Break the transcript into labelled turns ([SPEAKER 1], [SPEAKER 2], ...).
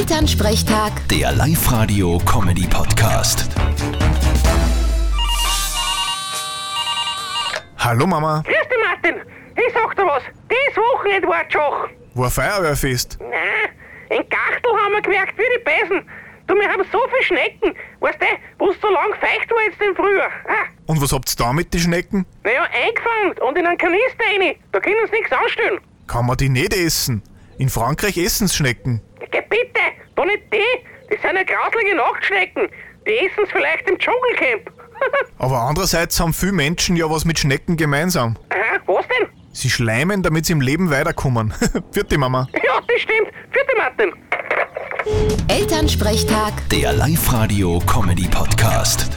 [SPEAKER 1] Elternsprechtag,
[SPEAKER 2] Der Live-Radio-Comedy-Podcast.
[SPEAKER 3] Hallo Mama,
[SPEAKER 4] Grüß dich, Martin. Ich sag dir was. Dieses Wochenende war die Schach.
[SPEAKER 3] war Feuerwehrfest.
[SPEAKER 4] Nein, in Gachtel haben wir gemerkt, wie die beißen. Du, wir haben so viel Schnecken. Weißt du, wo so lang feucht war jetzt im Frühjahr. Ah,
[SPEAKER 3] Und was habt ihr da mit den Schnecken?
[SPEAKER 4] naja, eingefangen und in einen Kanister rein. Da können uns nichts anstellen.
[SPEAKER 3] Kann man die nicht essen? In Frankreich essen's Schnecken.
[SPEAKER 4] Geh bitte, da nicht die. Das sind ja grauslige Nachtschnecken. Die essen's vielleicht im Dschungelcamp.
[SPEAKER 3] Aber andererseits haben viele Menschen ja was mit Schnecken gemeinsam.
[SPEAKER 4] Aha, was denn?
[SPEAKER 3] Sie schleimen, damit sie im Leben weiterkommen. Vierte Mama.
[SPEAKER 4] Ja, das stimmt. Vierte Martin.
[SPEAKER 1] Elternsprechtag.
[SPEAKER 2] Der Live-Radio-Comedy-Podcast.